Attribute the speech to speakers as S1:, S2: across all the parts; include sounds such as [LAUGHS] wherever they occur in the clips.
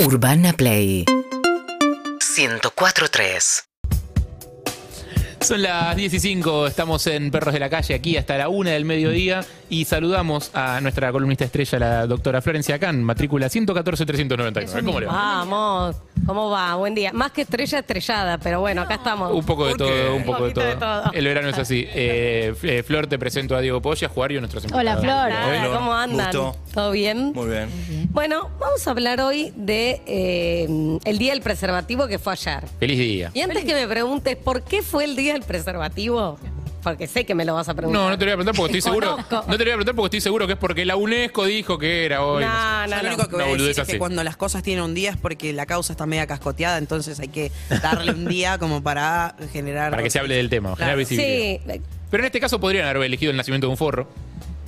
S1: Urbana Play 104.3
S2: Son las 15, estamos en Perros de la Calle aquí hasta la 1 del mediodía y saludamos a nuestra columnista estrella, la doctora Florencia Can, matrícula 114-399. ¿Cómo le va?
S3: Vamos, ¿cómo va? Buen día. Más que estrella, estrellada, pero bueno, acá estamos.
S2: Un poco de todo, un poco de
S3: Un Ah, poquito
S2: todo.
S3: de todo.
S2: El verano es así. Eh, eh, Flor, te presento a Diego Polla, Juario, nuestros
S4: Hola,
S2: invitados.
S4: Flor.
S3: Ah,
S5: Flor,
S3: ¿Cómo andan?
S5: gusto.
S3: ¿Todo bien?
S5: Muy bien.
S3: Bueno, vamos a hablar hoy de eh, el Día del Preservativo que fue ayer.
S2: Feliz día.
S3: Y antes que me preguntes por qué fue el Día del Preservativo, porque sé que me lo vas a preguntar.
S2: No, no te lo voy a preguntar porque estoy seguro. No te
S3: Conozco.
S2: lo voy a preguntar porque estoy seguro que es porque la UNESCO dijo que era hoy. no sé.
S3: No, no,
S6: Yo lo
S2: Una
S3: no.
S6: único que voy a decir
S2: boludez
S6: es
S2: así.
S6: que cuando las cosas tienen un día es porque la causa está media cascoteada, entonces hay que darle un día como para generar.
S2: Para que se hable del tema, generar
S6: Claro.
S2: visibilidad.
S3: Sí, eh,
S2: Pero en este caso podrían haber elegido el nacimiento de un forro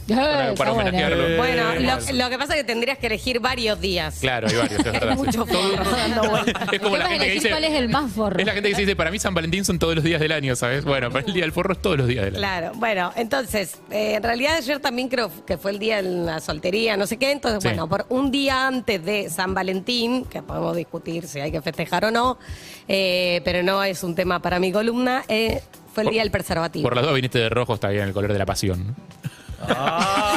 S4: Eh,
S2: para, para homenajearlo.
S3: bueno, lo, lo que pasa es que tendrías que elegir varios días.
S2: Eh, Claro, hay varios, es verdad. sí.
S3: Mucho forro dando vueltas.
S2: [LAUGHS] Es como la gente que dice.
S4: cuál es el más forro.
S2: Es la gente que se dice, para mí San Valentín son todos los días del año, ¿sabes? Bueno, para el Día del Forro es todos los días del año.
S3: Claro, bueno, entonces, eh, en realidad ayer también creo que fue el día de la soltería, no sé qué, entonces,
S2: Sí.
S3: bueno, por un día antes de San Valentín, que podemos discutir si hay que festejar o no, eh, pero no es un tema para mi columna, eh, fue el
S2: Por-
S3: día del preservativo.
S2: Por las dos viniste de rojo, está bien, el color de la pasión.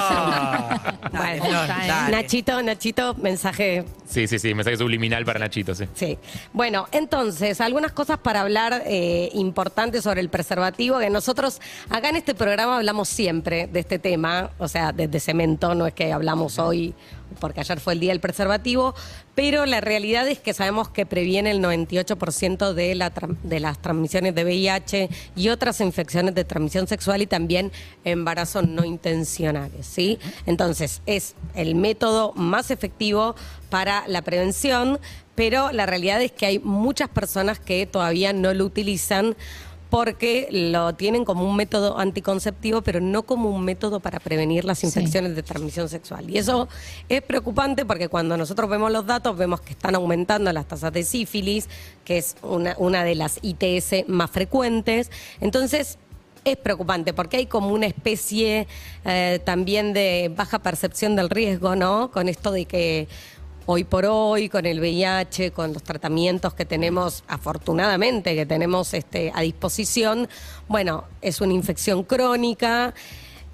S3: Bueno,
S6: Dale, Flor, dale.
S3: Nachito, Nachito, mensaje
S2: Sí, sí, sí, mensaje subliminal para Nachito, sí.
S3: Sí. Bueno, entonces, algunas cosas para hablar eh, importantes sobre el preservativo, que nosotros acá en este programa hablamos siempre de este tema, o sea, desde cemento, no es que hablamos hoy porque ayer fue el día del preservativo, pero la realidad es que sabemos que previene el 98% de, la tran- de las transmisiones de VIH y otras infecciones de transmisión sexual y también embarazos no intencionales, ¿sí? Entonces, es el método más efectivo para la prevención, pero la realidad es que hay muchas personas que todavía no lo utilizan porque lo tienen como un método anticonceptivo, pero no como un método para prevenir las infecciones de transmisión sexual. Y eso es preocupante porque cuando nosotros vemos los datos vemos que están aumentando las tasas de sífilis, que es una, una de las ITS más frecuentes. Entonces, es preocupante porque hay como una especie eh, también de baja percepción del riesgo, ¿no? Con esto de que hoy por hoy, con el VIH, con los tratamientos que tenemos, afortunadamente, que tenemos este, a disposición, bueno, es una infección crónica.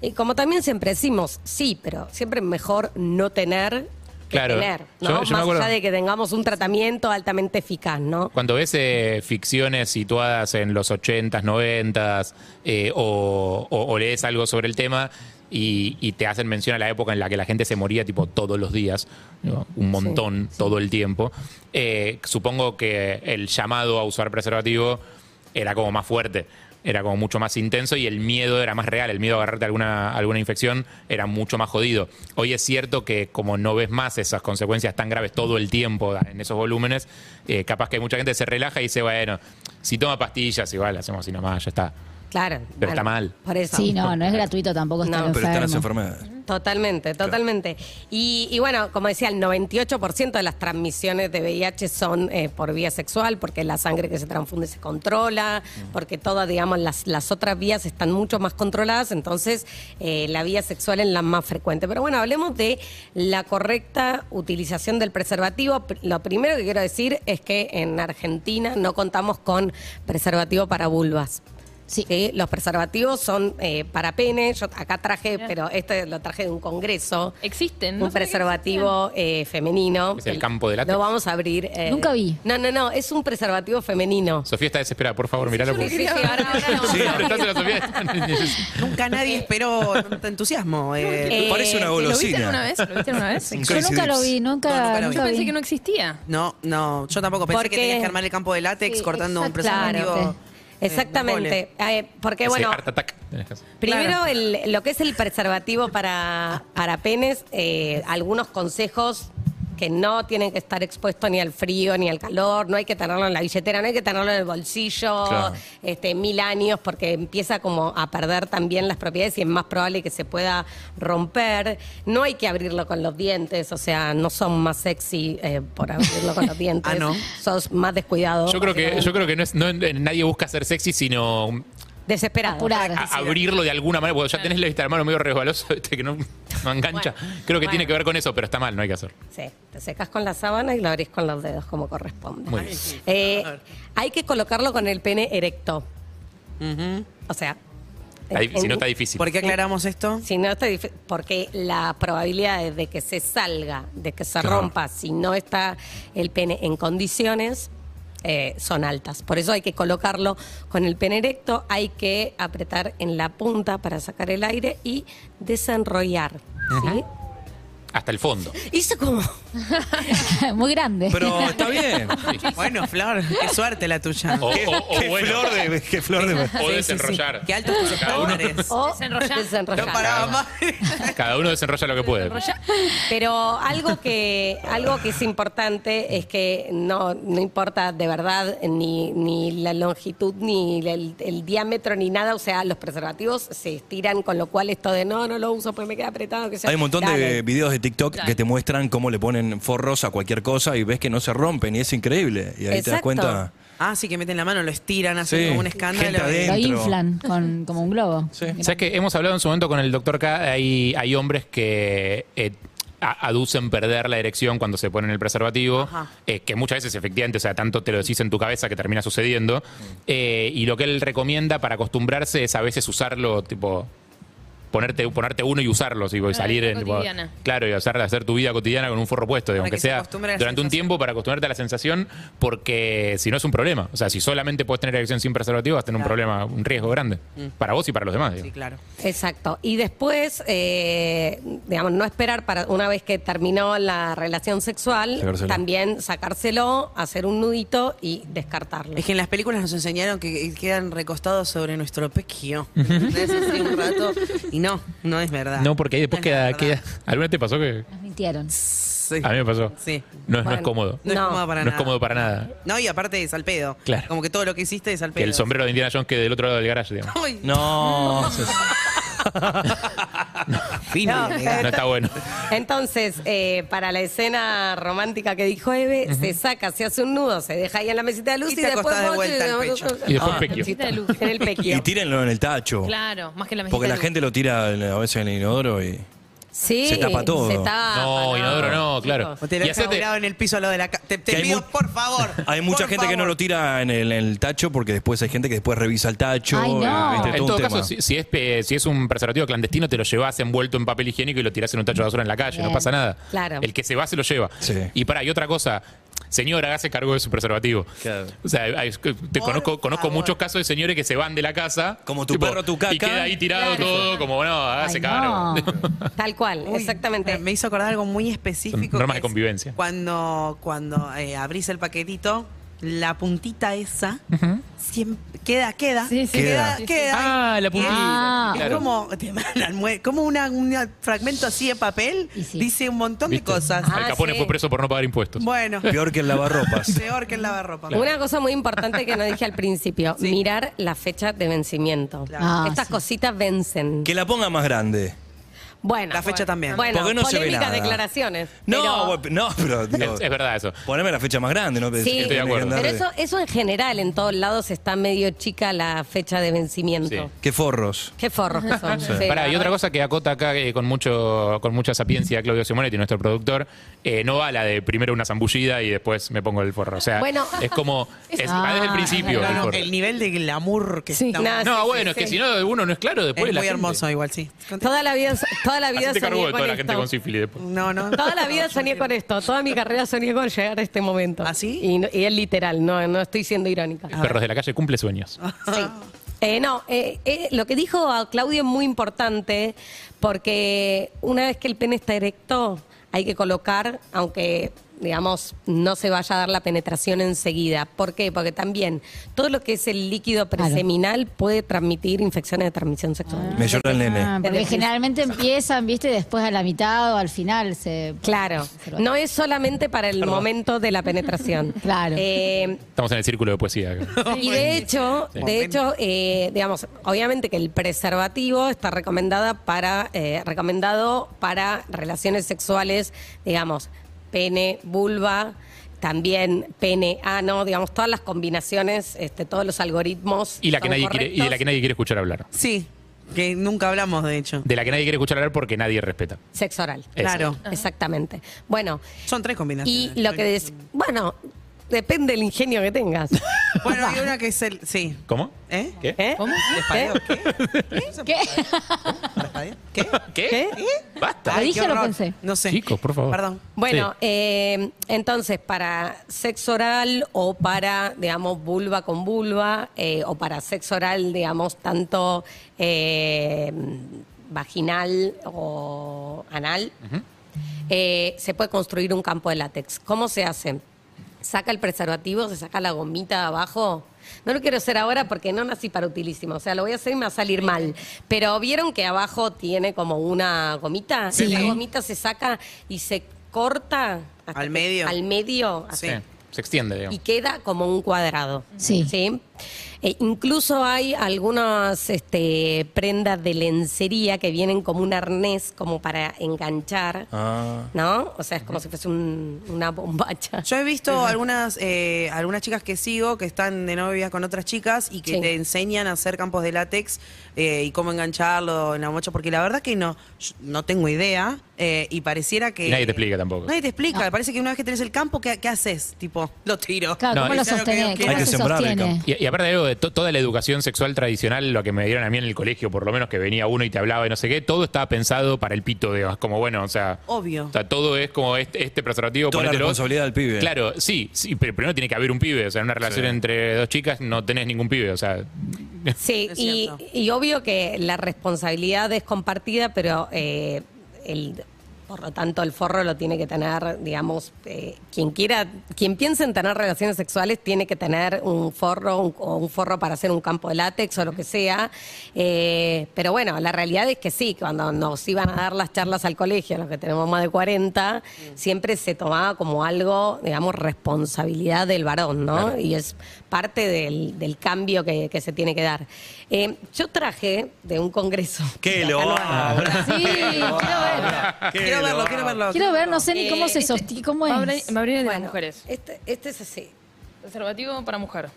S3: Y como también siempre decimos, sí, pero siempre mejor no tener que
S2: Claro.
S3: tener, ¿no?
S2: Yo- yo me
S3: Más
S2: acuerdo-
S3: allá de que tengamos un tratamiento altamente eficaz, ¿no?
S2: Cuando ves eh, ficciones situadas en los 80s, 90s, eh, o, o- o lees algo sobre el tema y, y te hacen mención a la época en la que la gente se moría tipo todos los días, ¿no? un montón, todo el tiempo, eh, supongo que el llamado a usar preservativo era como más fuerte. Era como mucho más intenso y el miedo era más real, el miedo a agarrarte alguna, alguna infección era mucho más jodido. Hoy es cierto que como no ves más esas consecuencias tan graves todo el tiempo en esos volúmenes, eh, capaz que mucha gente se relaja y dice, bueno, si toma pastillas, igual hacemos así nomás, ya está.
S3: Claro. bueno,
S2: está mal.
S3: Por eso.
S4: Sí, no, no es gratuito tampoco estar
S3: No,
S5: Pero están las
S4: enfermo.
S5: enfermedades.
S3: Totalmente, totalmente. Y, y bueno, como decía, el 98% de las transmisiones de VIH son eh, por vía sexual, porque la sangre que se transfunde se controla, porque todas, digamos, las, las otras vías están mucho más controladas, entonces eh, la vía sexual es la más frecuente. Pero bueno, hablemos de la correcta utilización del preservativo. Pr- Lo primero que quiero decir es que en Argentina no contamos con preservativo para vulvas.
S4: Sí.
S3: Sí, los preservativos son eh, para pene. Yo acá traje, pero este lo traje de un congreso.
S7: Existen.
S3: un preservativo eh, femenino.
S2: Es el campo de látex.
S3: Lo vamos a abrir. eh.
S4: Nunca vi.
S3: No, no, no. Es un preservativo femenino.
S2: Sofía está desesperada, por favor, miralo. porque- [LAUGHS]
S3: Sí, sí, ahora- ahora lo-
S2: Siempre estás en la
S3: [LAUGHS]
S2: Sofía.
S6: Nunca nadie esperó tanto entusiasmo. eh.
S3: Eh,
S5: Parece una
S7: ¿Lo viste
S5: golosina.
S7: alguna vez? ¿Lo viste alguna
S5: [LAUGHS]
S7: vez?
S5: Un
S4: Yo
S5: crazy
S4: nunca lo
S5: dips.
S4: vi,
S6: No,
S4: nunca,
S6: nunca lo vi.
S7: Yo
S4: nunca lo
S7: pensé
S4: vi.
S7: que no existía.
S6: No, no, yo tampoco pensé
S3: Porque-
S6: que tenías que armar el campo de látex
S4: Sí,
S6: cortando un
S4: exactamente.
S6: preservativo. eh,
S3: Exactamente. Eh, porque,
S2: Ese
S3: bueno,
S2: heart attack tenés que hacer.
S3: Primero, el- lo que es el preservativo para, para penes, eh, algunos consejos que no tienen que estar expuestos ni al frío ni al calor, no hay que tenerlo en la billetera, no hay que tenerlo en el bolsillo,
S5: Claro.
S3: este, mil años, porque empieza como a perder también las propiedades y es más probable que se pueda romper. No hay que abrirlo con los dientes, o sea, no son más sexy eh, por abrirlo
S6: [LAUGHS]
S3: con los dientes.
S6: Ah, ¿no?
S3: Sos más descuidado.
S2: Yo creo que, yo creo que no es, no- nadie busca ser sexy, sino
S3: Desesperado.
S2: [LAUGHS]
S4: Apurar.
S2: a- abrirlo de alguna manera, porque ya tenés la vista de la mano medio resbalosa, viste, este, que no. no engancha.
S3: Bueno,
S2: Creo que
S3: bueno.
S2: tiene que ver con eso, pero está mal, no hay que hacer.
S3: Sí, te secas con la sábana y lo abrís con los dedos como corresponde.
S2: Muy bien.
S3: Eh, hay que colocarlo con el pene erecto. O sea.
S2: Está di-
S3: en-
S2: si no está difícil.
S6: ¿Por qué aclaramos esto?
S3: si no está dif- porque la probabilidad de- de que se salga, de que se
S2: Claro.
S3: rompa, si no está el pene en condiciones, eh, son altas. Por eso hay que colocarlo con el pene erecto, hay que apretar en la punta para sacar el aire y desenrollar. ¿sí?
S2: Hasta el fondo.
S3: Hizo como.
S4: Muy grande. [LAUGHS]
S1: Pero
S2: [LAUGHS]
S1: está bien.
S6: Bueno, Flor, qué suerte la tuya.
S2: O, o- o
S1: qué,
S2: bueno,
S1: flor de, qué flor
S2: [LAUGHS]
S1: de.
S2: o
S6: Sí, sí,
S2: desenrollar.
S6: sí. Qué altos tus
S2: Cada uno- [LAUGHS] Oh,
S6: estándares.
S5: Oh.
S3: o
S5: [LAUGHS] Desenrollar.
S3: desenrollar.
S6: No paraba más.
S2: Cada uno desenrolla lo que puede.
S3: Pero algo que, algo que es importante es que no, no importa de verdad ni, ni la longitud, ni el, el diámetro, ni nada. O sea, los preservativos se estiran, con lo cual esto de no, no lo uso, pues me queda apretado. Que sea.
S1: Hay un montón
S3: Dale.
S1: de videos de TikTok que te muestran cómo le ponen forros a cualquier cosa y ves que no se rompen y es increíble. Y ahí te das
S3: Exacto.
S1: cuenta.
S6: Ah, sí, que meten la mano, lo estiran, hacen
S1: Sí.
S6: como un escándalo.
S1: Gente
S4: lo
S1: adentro.
S4: inflan con, como un globo.
S1: Sí.
S2: ¿Sabes que Hemos hablado en su momento con el doctor K. Hay, hay hombres que eh, a- aducen perder la erección cuando se ponen el preservativo,
S6: Ajá.
S2: eh, que muchas veces efectivamente, o sea, tanto te lo decís en tu cabeza que termina sucediendo. Eh, y lo que él recomienda para acostumbrarse es a veces usarlo, tipo. Ponerte, ponerte uno y usarlo, tipo, y
S5: Claro,
S2: salir
S5: la
S2: en.
S5: vida
S2: tipo,
S5: cotidiana.
S2: claro, y hacer, hacer tu vida cotidiana con un forro puesto,
S6: Para
S2: aunque
S6: que se
S2: sea
S6: acostumbre a la
S2: durante un
S6: sensación.
S2: tiempo para acostumbrarte a la sensación, porque si no es un problema. O sea, si solamente puedes tener erección sin preservativo, vas a tener un
S6: Claro. Mm.
S2: problema, un riesgo grande. Para vos y para los demás. digo.
S6: Sí, claro.
S3: Exacto. Y después, eh, digamos, no esperar para una vez que terminó la relación sexual,
S1: Sacárselo.
S3: también sacárselo, hacer un nudito y descartarlo.
S6: Es que en las películas nos enseñaron que quedan recostados sobre
S2: [LAUGHS]
S6: nuestro pequio. ¿Entendés? Así un rato. Y no, no es verdad.
S2: No, porque ahí después
S6: No es
S2: queda,
S6: verdad.
S2: queda. ¿Alguna vez te pasó que.?
S4: Nos mintieron.
S6: Sí.
S2: A mí me pasó.
S6: Sí.
S2: No, es- no es
S3: Bueno.
S2: cómodo.
S6: No, es
S3: No.
S6: cómodo para
S2: no es
S6: nada.
S2: cómodo para nada.
S6: No, y aparte es al pedo.
S2: Claro.
S6: Como que todo lo que hiciste es al
S2: Que
S6: pedo.
S2: el
S6: [LAUGHS]
S2: sombrero de Indiana Jones quede del otro lado del garage, digamos.
S6: Ay,
S1: No.
S2: [LAUGHS]
S6: fino, amiga.
S2: No está bueno.
S3: Entonces, eh, para la escena romántica que dijo Eve, se saca, se hace un nudo, se deja ahí en la mesita de luz
S6: Y
S3: y,
S6: te
S3: después
S6: acostás de
S3: vos-
S6: vuelta al pecho.
S2: Y después
S1: Ah.
S2: pequio.
S5: Mesita
S6: [LAUGHS]
S5: de luz.
S3: En el pequio.
S1: Y tírenlo en el tacho.
S5: Claro, más que la mesita
S1: Porque la
S5: de luz.
S1: gente lo tira en- a veces en el inodoro y.
S3: Sí,
S1: Se tapa todo.
S3: se
S6: Ah,
S3: tapa,
S2: No, inodoro no, claro.
S6: O te lo
S2: Y
S6: dejas
S2: hacete-
S6: tirado en el piso a lo de la ca- Te, te
S1: Que hay
S6: pido,
S1: mu-
S6: por
S2: [LAUGHS]
S6: favor.
S1: Hay mucha
S6: por
S1: gente que no
S6: favor.
S1: lo tira en el, en el tacho porque después hay gente que después revisa el tacho.
S4: Ay, no.
S1: eh, viste,
S2: Ah, En
S1: todo
S2: todo
S1: un
S2: caso,
S1: tema.
S2: si, si es, eh, si es un preservativo clandestino, te lo llevas envuelto en papel higiénico y lo tirás en un tacho de basura en la calle, no
S4: Bien.
S2: pasa nada.
S3: Claro.
S2: El que se va se lo lleva.
S1: Sí.
S2: Y para, y otra cosa, señora, hágase cargo de su preservativo.
S1: Claro.
S2: O sea, hay- te
S6: Por
S2: conozco, conozco
S6: favor.
S2: muchos casos de señores que se van de la casa.
S1: Como tu perro, tu caca.
S2: Y queda ahí tirado
S4: Claro.
S2: todo, como, no, hágase [LAUGHS]
S4: Ay,
S2: cargo.
S3: Tal cual,
S6: Uy,
S3: exactamente.
S6: Me hizo acordar algo muy específico.
S2: Son normas
S6: que
S2: de
S6: es
S2: convivencia.
S6: Cuando, cuando eh, abrís el paquetito, la puntita esa siempre queda, queda,
S5: Sí, sí.
S6: queda,
S1: Sí, sí.
S6: queda.
S2: Ah, la
S6: Y es-
S2: puntita.
S4: Ah.
S6: es
S2: Claro.
S6: como, te mandan mue- como una, un fragmento así de papel,
S4: Y sí.
S6: dice un montón
S2: ¿Viste?
S6: de cosas.
S3: Ah,
S2: Al Capone
S3: sí.
S2: fue preso por no pagar impuestos.
S6: Bueno,
S1: Peor que
S2: [LAUGHS]
S1: el lavarropas.
S6: peor que el lavarropa.
S3: Una cosa muy importante que no dije al principio, mirar la fecha de vencimiento.
S6: Claro.
S4: Ah,
S3: Estas
S4: sí.
S3: cositas vencen.
S1: que la ponga más grande.
S3: Bueno, pues,
S6: La fecha también.
S3: Bueno,
S1: Porque no se ve
S3: polémicas
S1: nada.
S3: declaraciones.
S1: No,
S3: pero-
S1: bueno, no, pero digo,
S2: Es, es verdad eso.
S1: poneme la fecha más grande, ¿no?
S3: Sí,
S2: Estoy de acuerdo.
S1: Andar
S3: Pero
S1: de-
S3: eso, eso en general, en todos lados está medio chica la fecha de vencimiento.
S2: Sí.
S1: Qué forros.
S3: Qué forros
S2: [LAUGHS]
S3: que son. Sí,
S2: Pará,
S3: la
S2: y otra
S3: verdad.
S2: cosa que acota acá eh, con mucho con mucha sapiencia Claudio Simonetti, nuestro productor, eh, no va la de primero una zambullida y después me pongo el forro. O sea,
S3: Bueno.
S2: es como. Es, va desde el
S4: Ah,
S2: principio.
S6: No,
S2: el
S6: no,
S2: forro.
S6: el nivel de glamour que
S3: Sí,
S6: estamos-
S3: nada,
S2: No,
S3: sí,
S2: bueno,
S3: sí,
S2: es que
S3: sí.
S2: si no, uno no es claro después.
S6: es
S2: la
S6: muy
S2: gente-
S6: hermoso igual, sí.
S3: Toda la vida, toda la vida
S2: Así te
S3: soñé
S2: cargó de
S3: con
S2: toda la
S3: esto.
S2: gente con sífilis después.
S6: No, no.
S3: Toda
S2: [LAUGHS]
S3: la vida soñé con esto, toda mi carrera soñé con llegar a este momento.
S6: ¿Ah, sí? Ah.
S3: Y, no- y es literal, no, no estoy siendo irónica.
S2: Perros de la calle cumple sueños.
S3: Sí. Eh, no, eh, eh, lo que dijo a Claudio es muy importante porque una vez que el pene está erecto, hay que colocar, aunque digamos, no se vaya a dar la penetración enseguida. ¿Por qué? Porque también todo lo que es el líquido preseminal puede transmitir infecciones de transmisión sexual.
S1: Me llora el
S4: Ah,
S1: nene.
S4: porque generalmente empiezan, viste, después a la mitad o al final se.
S3: Claro, no es solamente para el momento de la penetración.
S4: Claro.
S2: [LAUGHS]
S3: Eh,
S2: Estamos en el círculo de poesía. acá.
S3: Y de hecho, de hecho, eh, digamos, obviamente que el preservativo está recomendada para, eh, recomendado para relaciones sexuales, digamos, pene, vulva, también pene, ano, digamos, todas las combinaciones, este, todos los algoritmos.
S2: Y la que
S3: son
S2: nadie quiere, y de la
S3: correctos.
S2: que nadie quiere escuchar hablar.
S6: Sí. Que nunca hablamos, de hecho.
S2: De la que nadie quiere escuchar hablar porque nadie respeta.
S3: Sexo oral.
S2: Eso.
S6: Claro.
S3: Exactamente. Bueno,
S6: Son tres
S3: y
S6: combinaciones.
S3: lo que des- bueno, depende del ingenio que
S2: [LAUGHS]
S3: tengas.
S6: Bueno, hay una que es el. Sí.
S2: ¿Cómo?
S6: ¿Eh?
S2: ¿Qué?
S3: ¿Eh?
S4: ¿Cómo?
S3: ¿Qué?
S6: ¿Espadeo? ¿Qué?
S4: ¿Qué?
S6: ¿Espadeo? ¿Qué?
S2: ¿Qué?
S6: ¿Eh?
S3: ¿Qué?
S2: Basta.
S3: Ah,
S4: ¿Lo
S6: Ay,
S4: dije
S6: qué
S4: o lo
S6: horror.
S4: pensé?
S6: No sé.
S2: Chicos, por favor.
S6: Perdón.
S3: Bueno,
S2: Sí.
S3: eh, entonces, para sexo oral o para, digamos, vulva con vulva, eh, o para sexo oral, digamos, tanto eh, vaginal o anal, eh, se puede construir un campo de látex. ¿Cómo se hace? Saca el preservativo, se saca la gomita de abajo. No lo quiero hacer ahora porque no nací para utilísimo. O sea, lo voy a hacer y me va a salir mal. Pero vieron que abajo tiene como una gomita.
S4: Sí.
S3: La gomita se saca y se corta. hasta
S6: Al
S3: que-
S6: medio.
S3: Al medio.
S6: Sí.
S2: Sí. Eh, Se extiende, digamos.
S3: Y queda como un cuadrado.
S4: Sí.
S3: Eh, incluso hay algunas este, prendas de lencería que vienen como un arnés, como para enganchar.
S1: Ah.
S3: ¿No? O sea, es como si fuese un- una bombacha.
S6: Yo he visto algunas eh, algunas chicas que sigo que están de novia con otras chicas y que
S3: Sí.
S6: te enseñan a hacer campos de látex eh, y cómo engancharlo en la mocha, porque la verdad que no yo no tengo idea eh, y pareciera que...
S2: Y nadie te explica tampoco.
S6: Nadie te explica, parece que una vez que tenés el campo, ¿qué, qué haces? Tipo, [LAUGHS] lo tiro.
S4: Claro,
S2: No,
S4: ¿cómo
S2: y-
S4: lo
S6: Claro que
S4: sostenés?
S6: no
S4: ¿Cómo
S1: quiero. Hay que
S4: se
S1: sembrar el
S4: sostiene?
S1: campo.
S2: Y, y aparte de algo de to- toda la educación sexual tradicional, lo que me dieron a mí en el colegio, por lo menos que venía uno y te hablaba y no sé qué, todo estaba pensado para el pito, digamos, como bueno, o sea...
S6: Obvio.
S2: O sea, todo es como este, este preservativo.
S1: Toda la
S2: ponételo.
S1: responsabilidad del pibe.
S2: Claro, sí, sí, pero primero tiene que haber un pibe. O sea, en una relación
S1: Sí.
S2: entre dos chicas no tenés ningún pibe. O sea,
S6: [LAUGHS]
S3: Sí,
S6: Es
S3: y,
S6: cierto.
S3: y obvio que la responsabilidad es compartida, pero eh, el, por lo tanto el forro lo tiene que tener, digamos, eh, quien quiera, quien piense en tener relaciones sexuales tiene que tener un forro un- o un forro para hacer un campo de látex o lo que sea. Eh, pero bueno, la realidad es que sí, cuando nos iban a dar las charlas al colegio, los que tenemos más de 40,
S6: Mm.
S3: siempre se tomaba como algo, digamos, responsabilidad del varón, ¿no?
S2: Claro.
S3: y es parte del, del cambio que, que se tiene que dar. Eh, yo traje de un congreso.
S2: [LAUGHS]
S1: ¡Qué
S3: de
S1: lo
S3: acá no
S2: Ah.
S3: hay.
S1: hago!
S4: Sí,
S5: [LAUGHS]
S4: quiero ver.
S6: Quiero verlo, quiero verlo.
S4: Quiero ver, no sé ni
S5: Eh,
S4: cómo se
S5: este-
S4: sostiene, cómo
S5: Va a abrir-
S4: es.
S5: va a abrir el de las
S3: Bueno,
S5: mujeres.
S3: Este, este es así.
S5: Preservativo para mujer.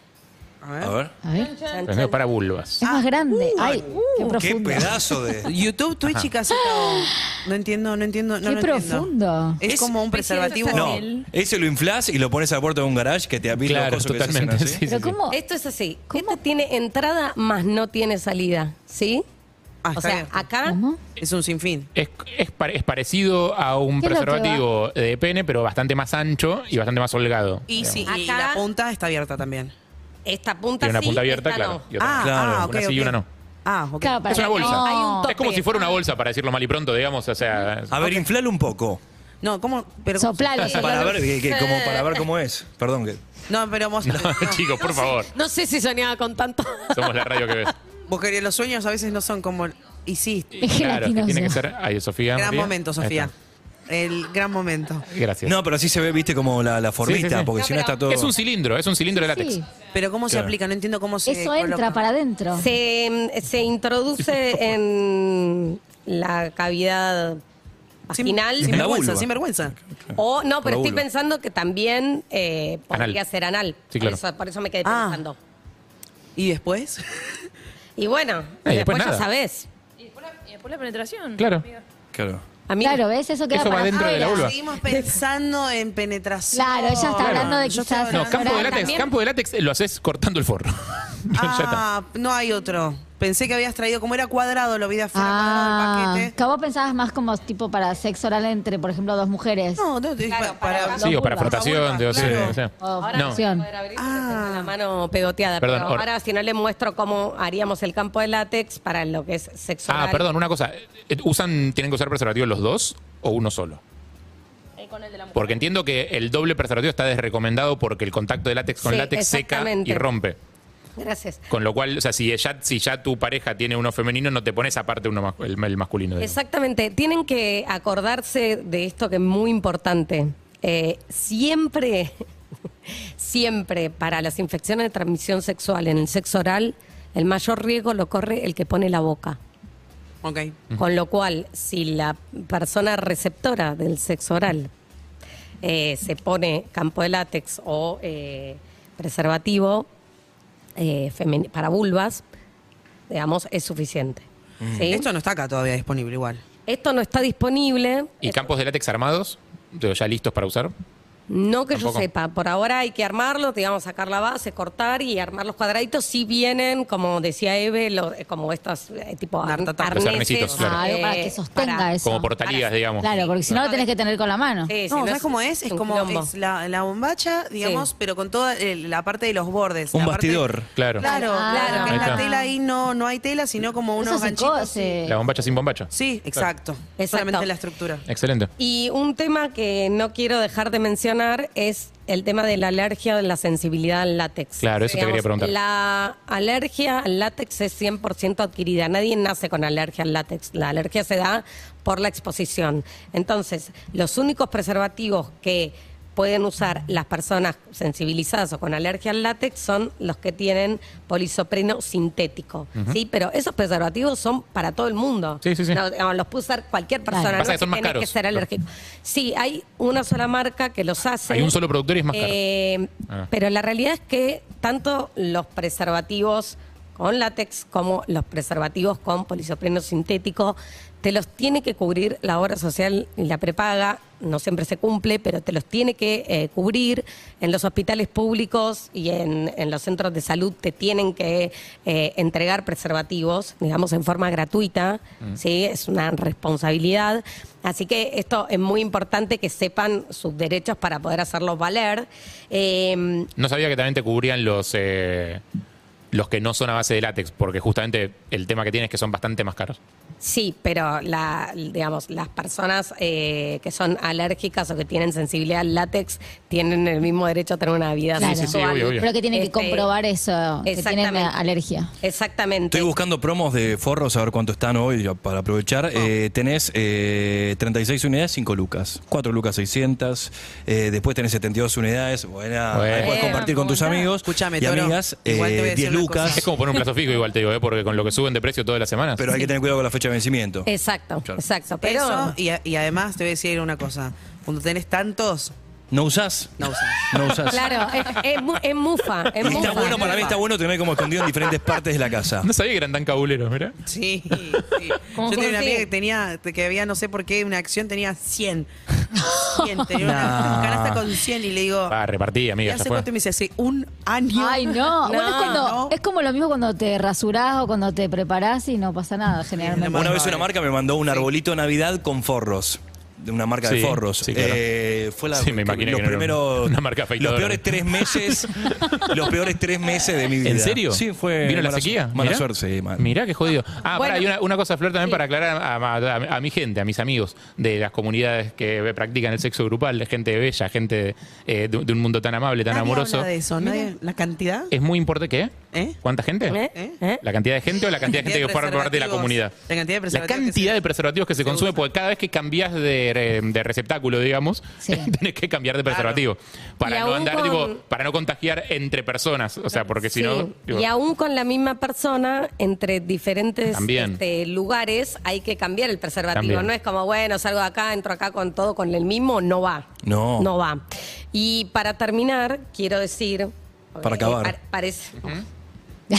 S6: A ver.
S1: [LAUGHS] A ver.
S4: A ver.
S3: Chan,
S2: es
S3: chan.
S2: medio para vulvas.
S4: Es más grande. Ay, qué
S1: ¡Qué
S4: profundo.
S2: [LAUGHS]
S1: pedazo de.
S6: YouTube, Twitch y caseta. No entiendo, no entiendo. No,
S4: Qué
S6: no entiendo.
S4: profundo.
S6: Es,
S1: Es-
S6: como un preservativo.
S5: siento
S1: No,
S5: Él.
S1: ese lo inflas y lo pones a la puerta de un garage que te avisa los
S2: Claro,
S1: cosos que se hacen
S2: totalmente.
S1: así.
S2: sí, sí,
S4: Pero
S2: sí.
S4: cómo.
S3: Esto es así. Este tiene entrada más no tiene salida, ¿sí?
S6: Ah,
S3: o
S6: está
S3: sea,
S6: abierto.
S3: acá
S4: ¿Cómo?
S6: Es un sinfín.
S2: Es, es pare- es parecido a un
S4: ¿Qué es lo que
S2: preservativo de pene, pero bastante más ancho y bastante más holgado.
S6: Y,
S2: digamos.
S6: sí, y
S3: Acá-
S4: Ah.
S6: la punta está abierta también.
S3: esta punta
S2: Tiene una
S3: sí,
S2: punta abierta,
S3: esta
S2: claro.
S3: no.
S2: y otra
S6: ah,
S2: no.
S1: Claro,
S6: ah,
S2: una
S6: ok,
S2: sí y
S6: ok.
S2: una no.
S6: Ah, ok.
S4: Claro, para
S2: Es una
S4: que
S2: bolsa.
S4: no-
S3: Hay un tope.
S2: Es como si fuera una bolsa, para decirlo mal y pronto, digamos. O sea,
S1: A ver, inflalo un poco.
S6: No, ¿cómo? Pero,
S4: Soplalo,
S1: Para
S4: soplalo.
S1: ver, que- que- como para ver cómo es. Perdón que.
S6: No, pero
S2: [LAUGHS]
S6: vos, no.
S2: chicos, por favor.
S3: No sé si soñaba con tanto.
S2: Somos la radio que ves.
S6: Vos querés, los sueños a veces no son como... Y sí,
S4: Es
S2: Claro, es que
S4: gelatinoso.
S2: tiene que ser. Ahí, Sofía.
S6: gran
S2: María.
S6: momento,
S2: Ahí
S6: Sofía.
S2: está.
S6: El gran momento.
S2: Gracias.
S1: No, pero así se ve, viste, como la, la formita,
S2: Sí, sí, sí.
S1: porque
S3: No,
S1: si no
S3: pero-
S1: está todo.
S2: Es un cilindro, es un cilindro de látex.
S4: Sí.
S6: Pero ¿cómo se
S1: Claro.
S6: aplica? No entiendo cómo se
S4: Eso
S6: coloca.
S4: entra para adentro.
S3: Se, em,
S2: [LAUGHS]
S3: se introduce en la cavidad
S6: Sin,
S3: vaginal.
S6: sin
S1: La
S6: vergüenza,
S1: vulva.
S6: sin vergüenza.
S3: O no, pero
S1: Por
S3: estoy
S1: vulva.
S3: pensando que también eh, podría
S2: Anal.
S3: ser anal.
S2: Sí, claro.
S3: por, eso, por eso me quedé
S6: Ah.
S3: pensando.
S6: ¿Y después?
S3: Y bueno,
S2: Eh, y después
S3: después ya
S2: nada.
S3: sabes.
S5: Y después la, y después Eh, la penetración.
S2: Claro.
S5: amiga.
S1: Claro.
S3: A mí,
S4: Claro, ¿ves? Eso queda
S2: Eso va
S4: para
S2: dentro de la
S4: afuera.
S2: vulva.
S6: Seguimos pensando en penetración.
S4: Claro, ella está hablando de
S6: Yo
S4: quizás.
S6: estaba
S2: No, campo de
S4: Ahora
S2: látex,
S4: también-
S2: campo de látex eh, lo haces cortando el forro. [LAUGHS] Ya está.
S6: Ah, no hay otro. Pensé que habías traído, como era cuadrado, lo vi de afuera
S4: Ah,
S6: cuadrado del
S4: que
S6: paquete.
S4: vos pensabas más como tipo para sexo oral entre, por ejemplo, dos mujeres.
S6: No, no, es pa- para.
S2: Sí, o para
S4: Las
S2: frotación,
S6: vulvas,
S2: digo, sí,
S6: claro.
S2: o sea,
S4: O
S2: No,
S4: opción.
S3: poder abrir
S6: Ah.
S3: con la mano pegoteada.
S2: Perdón,
S3: pero
S2: ahora-
S3: ahora, si no le muestro cómo haríamos el campo de látex para lo que es sexual.
S2: Ah, perdón, una cosa. Eh, ¿Usan, tienen que usar preservativo los dos o uno solo?
S5: Eh, con el de la mujer.
S2: Porque entiendo que el doble preservativo está desrecomendado porque el contacto de látex con
S3: Sí,
S2: látex seca
S3: exactamente.
S2: y rompe.
S3: Gracias.
S2: Con lo cual, o sea, si ya, si ya tu pareja tiene uno femenino, no te pones aparte uno mas- el, el masculino. digamos.
S3: Exactamente. Tienen que acordarse de esto que es muy importante. Eh, siempre, [LAUGHS] siempre para las infecciones de transmisión sexual en el sexo oral, el mayor riesgo lo corre el que pone la boca.
S6: Ok.
S3: Con lo cual, si la persona receptora del sexo oral eh, se pone campo de látex o eh, preservativo eh, femen- para vulvas, digamos, es suficiente. Sí.
S6: Mm. Esto no está acá todavía disponible igual.
S3: Esto no está disponible.
S2: ¿Y campos de látex armados? Pero ¿Ya listos para usar?
S3: No que
S2: Tampoco.
S3: yo sepa, por ahora hay que armarlo, te vamos a sacar la base, cortar y armar los cuadraditos. Si vienen, como decía Eve, lo- eh, como estas eh, tipo ar-
S6: Narta-
S3: arneses.
S2: Los arnesitos, claro.
S4: Ah, algo para que
S3: eh,
S4: sostenga
S3: para-
S4: eso.
S2: Como portaligas, digamos.
S4: Claro, porque si no lo tenés que tener con la mano.
S3: Sí, sí,
S6: No, ¿sabes cómo es? Es
S3: un
S6: como
S3: quilombo.
S6: es la, la bombacha, digamos, pero con toda eh, la parte de los bordes.
S1: Un
S6: la parte-
S1: bastidor.
S2: Claro.
S6: Claro,
S4: Ah,
S6: claro.
S2: ahí
S6: que en la
S2: está.
S6: tela ahí no, no hay tela, sino como unos
S4: Eso se
S6: ganchitos.
S4: cose.
S2: La bombacha sin bombacha.
S6: Sí, exacto.
S3: Exacto.
S6: Solamente la estructura.
S2: Excelente.
S3: Y un tema que no quiero dejar de mencionar es el tema de la alergia o de la sensibilidad al látex.
S2: Claro, eso te quería preguntar.
S3: La alergia al látex es 100% adquirida. Nadie nace con alergia al látex. La alergia se da por la exposición. Entonces, los únicos preservativos que pueden usar las personas sensibilizadas o con alergia al látex son los que tienen polisopreno sintético, ¿sí? Pero esos preservativos son para todo el mundo.
S2: Sí, sí, sí.
S3: No, digamos, los puede usar cualquier persona,
S2: Pasa
S3: no
S2: que
S3: es
S2: son más
S3: tenés
S2: caros.
S3: que ser alérgico. Sí, hay una sola marca que los hace.
S2: Hay un solo productor y es más caro.
S3: Eh,
S2: Ah.
S3: Pero la realidad es que tanto los preservativos con látex como los preservativos con polisopreno sintético te los tiene que cubrir la obra social y la prepaga. No siempre se cumple, pero te los tiene que eh, cubrir. En los hospitales públicos y en, en los centros de salud te tienen que eh, entregar preservativos, digamos, en forma gratuita.
S2: Mm.
S3: ¿sí? Es una responsabilidad. Así que esto es muy importante que sepan sus derechos para poder hacerlos valer. Eh,
S2: No sabía que también te cubrían los eh, los que no son a base de látex, porque justamente el tema que tienes es que son bastante más caros.
S3: Sí, pero la, digamos, las personas eh, que son alérgicas o que tienen sensibilidad al látex tienen el mismo derecho a tener una vida
S4: Claro.
S2: Sí, sí, sí,
S3: sexual.
S2: obvio, obvio.
S4: Pero que tienen que
S3: Este,
S4: comprobar eso, que tienen
S3: exactamente.
S4: eh, alergia.
S3: Exactamente.
S1: Estoy buscando promos de forros a ver cuánto están hoy ya para aprovechar.
S6: Ah.
S1: Eh, tenés eh, 36 unidades, 5 lucas. 4 lucas 600. Eh, después tenés 72 unidades. Buena.
S2: Bueno.
S1: Ahí puedes
S5: Eh,
S1: compartir con
S5: ¿cómo
S1: tus
S5: está?
S1: amigos
S6: Escúchame,
S1: y
S6: Toro,
S1: amigas.
S6: igual te voy
S1: eh,
S6: a decir
S1: 10
S6: una
S1: lucas.
S6: cosa.
S2: Es como poner un plazo fijo igual, te digo, ¿eh? porque con lo que suben de precio todas las semanas. [LAUGHS]
S1: Pero hay que tener cuidado con la fecha de vencimiento.
S3: Exacto,
S1: Claro.
S3: exacto. Pero
S6: Eso, y, a- y además te voy a decir una cosa. Cuando tenés tantos,
S1: ¿No usás?
S6: no usas.
S1: No usás.
S3: claro, es, es mu- es mufa, es
S1: Y está
S3: mufa.
S1: bueno, para mí está bueno tener como escondido en diferentes partes de la casa.
S2: No sabía que eran tan cabuleros, mira.
S6: Sí, sí.
S5: ¿Cómo
S6: Yo tenía una
S5: consigue?
S6: amiga que tenía, que había no sé por qué, una acción tenía
S3: [LAUGHS]
S6: 100. 100, tenía una
S1: Nah.
S6: canasta con 100 y le digo,
S2: Va, Ah, repartí,
S6: ¿y
S2: amiga, ya
S6: hace
S2: fue.
S6: cuánto? Y me dice, hace un año.
S4: Ay, no. Bueno, es, cuando-
S6: no.
S4: es como lo mismo cuando te rasurás o cuando te preparás y no pasa nada, generalmente.
S1: Una
S6: Bueno,
S1: vez
S6: vale.
S1: una marca me mandó un arbolito de Navidad con forros. De una marca de
S2: Sí,
S1: forros.
S2: sí, claro.
S1: Eh, fue la,
S2: Sí, me imaginé
S1: los
S2: que no era
S1: primeros.
S2: una [LAUGHS] marca afeitadora.
S1: Los peores
S2: [LAUGHS]
S1: tres meses. los peores tres meses de mi vida.
S2: ¿En serio?
S1: Sí, fue.
S2: ¿Vino la
S1: mala su-
S2: sequía?
S1: Mala
S2: Mirá.
S1: suerte, sí, mal.
S2: Mirá, qué jodido. Ah,
S3: Bueno.
S2: pará, y una, una cosa, Flor, también para aclarar a, a- a mi gente, a mis amigos de las comunidades que practican el sexo grupal, de gente bella, gente eh, de, de un mundo tan amable, tan
S6: Nadie
S2: amoroso.
S6: habla de eso, nadie- la cantidad.
S2: Es muy importante, ¿qué?
S6: ¿Eh?
S2: ¿Cuánta gente?
S3: ¿Eh? ¿Eh?
S2: ¿La cantidad de gente
S6: [LAUGHS]
S2: o la cantidad de gente que
S6: Cantidad de
S2: forma parte de la
S6: preservativos.
S2: comunidad?
S6: La cantidad de
S2: La
S6: preservativos que
S2: cantidad
S6: se-
S2: de preservativos que se
S6: se
S2: consume,
S6: usan.
S2: porque cada vez que cambias de, re- de receptáculo, digamos,
S4: Sí.
S2: [LAUGHS] tenés que cambiar de preservativo. Para
S3: Y
S2: no
S3: aún
S2: andar,
S3: con-
S2: tipo, para no contagiar entre personas. O sea, porque si
S3: Sí,
S2: no. digo,
S3: y aún con la misma persona, entre diferentes
S2: También.
S3: este, lugares, hay que cambiar el preservativo.
S2: También.
S3: No es como, bueno, salgo de acá, entro acá con todo, con el mismo, no va.
S1: No.
S3: No va. Y para terminar, quiero decir... eh,
S1: Para acabar.
S3: parece...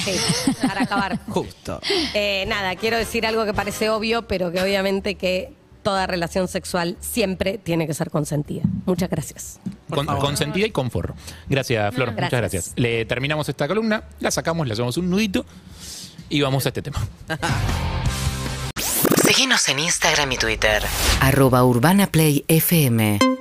S3: Sí, para acabar.
S6: Justo.
S3: Eh, nada, quiero decir algo que parece obvio, pero que obviamente que toda relación sexual siempre tiene que ser consentida. Muchas gracias.
S2: Con, consentida y con forro. Gracias, Flor. Muchas
S3: Gracias.
S2: gracias. Le terminamos esta columna, la sacamos, le hacemos un nudito y vamos a este tema.
S7: Síguenos en Instagram y Twitter.
S8: arroba urbanaplayfm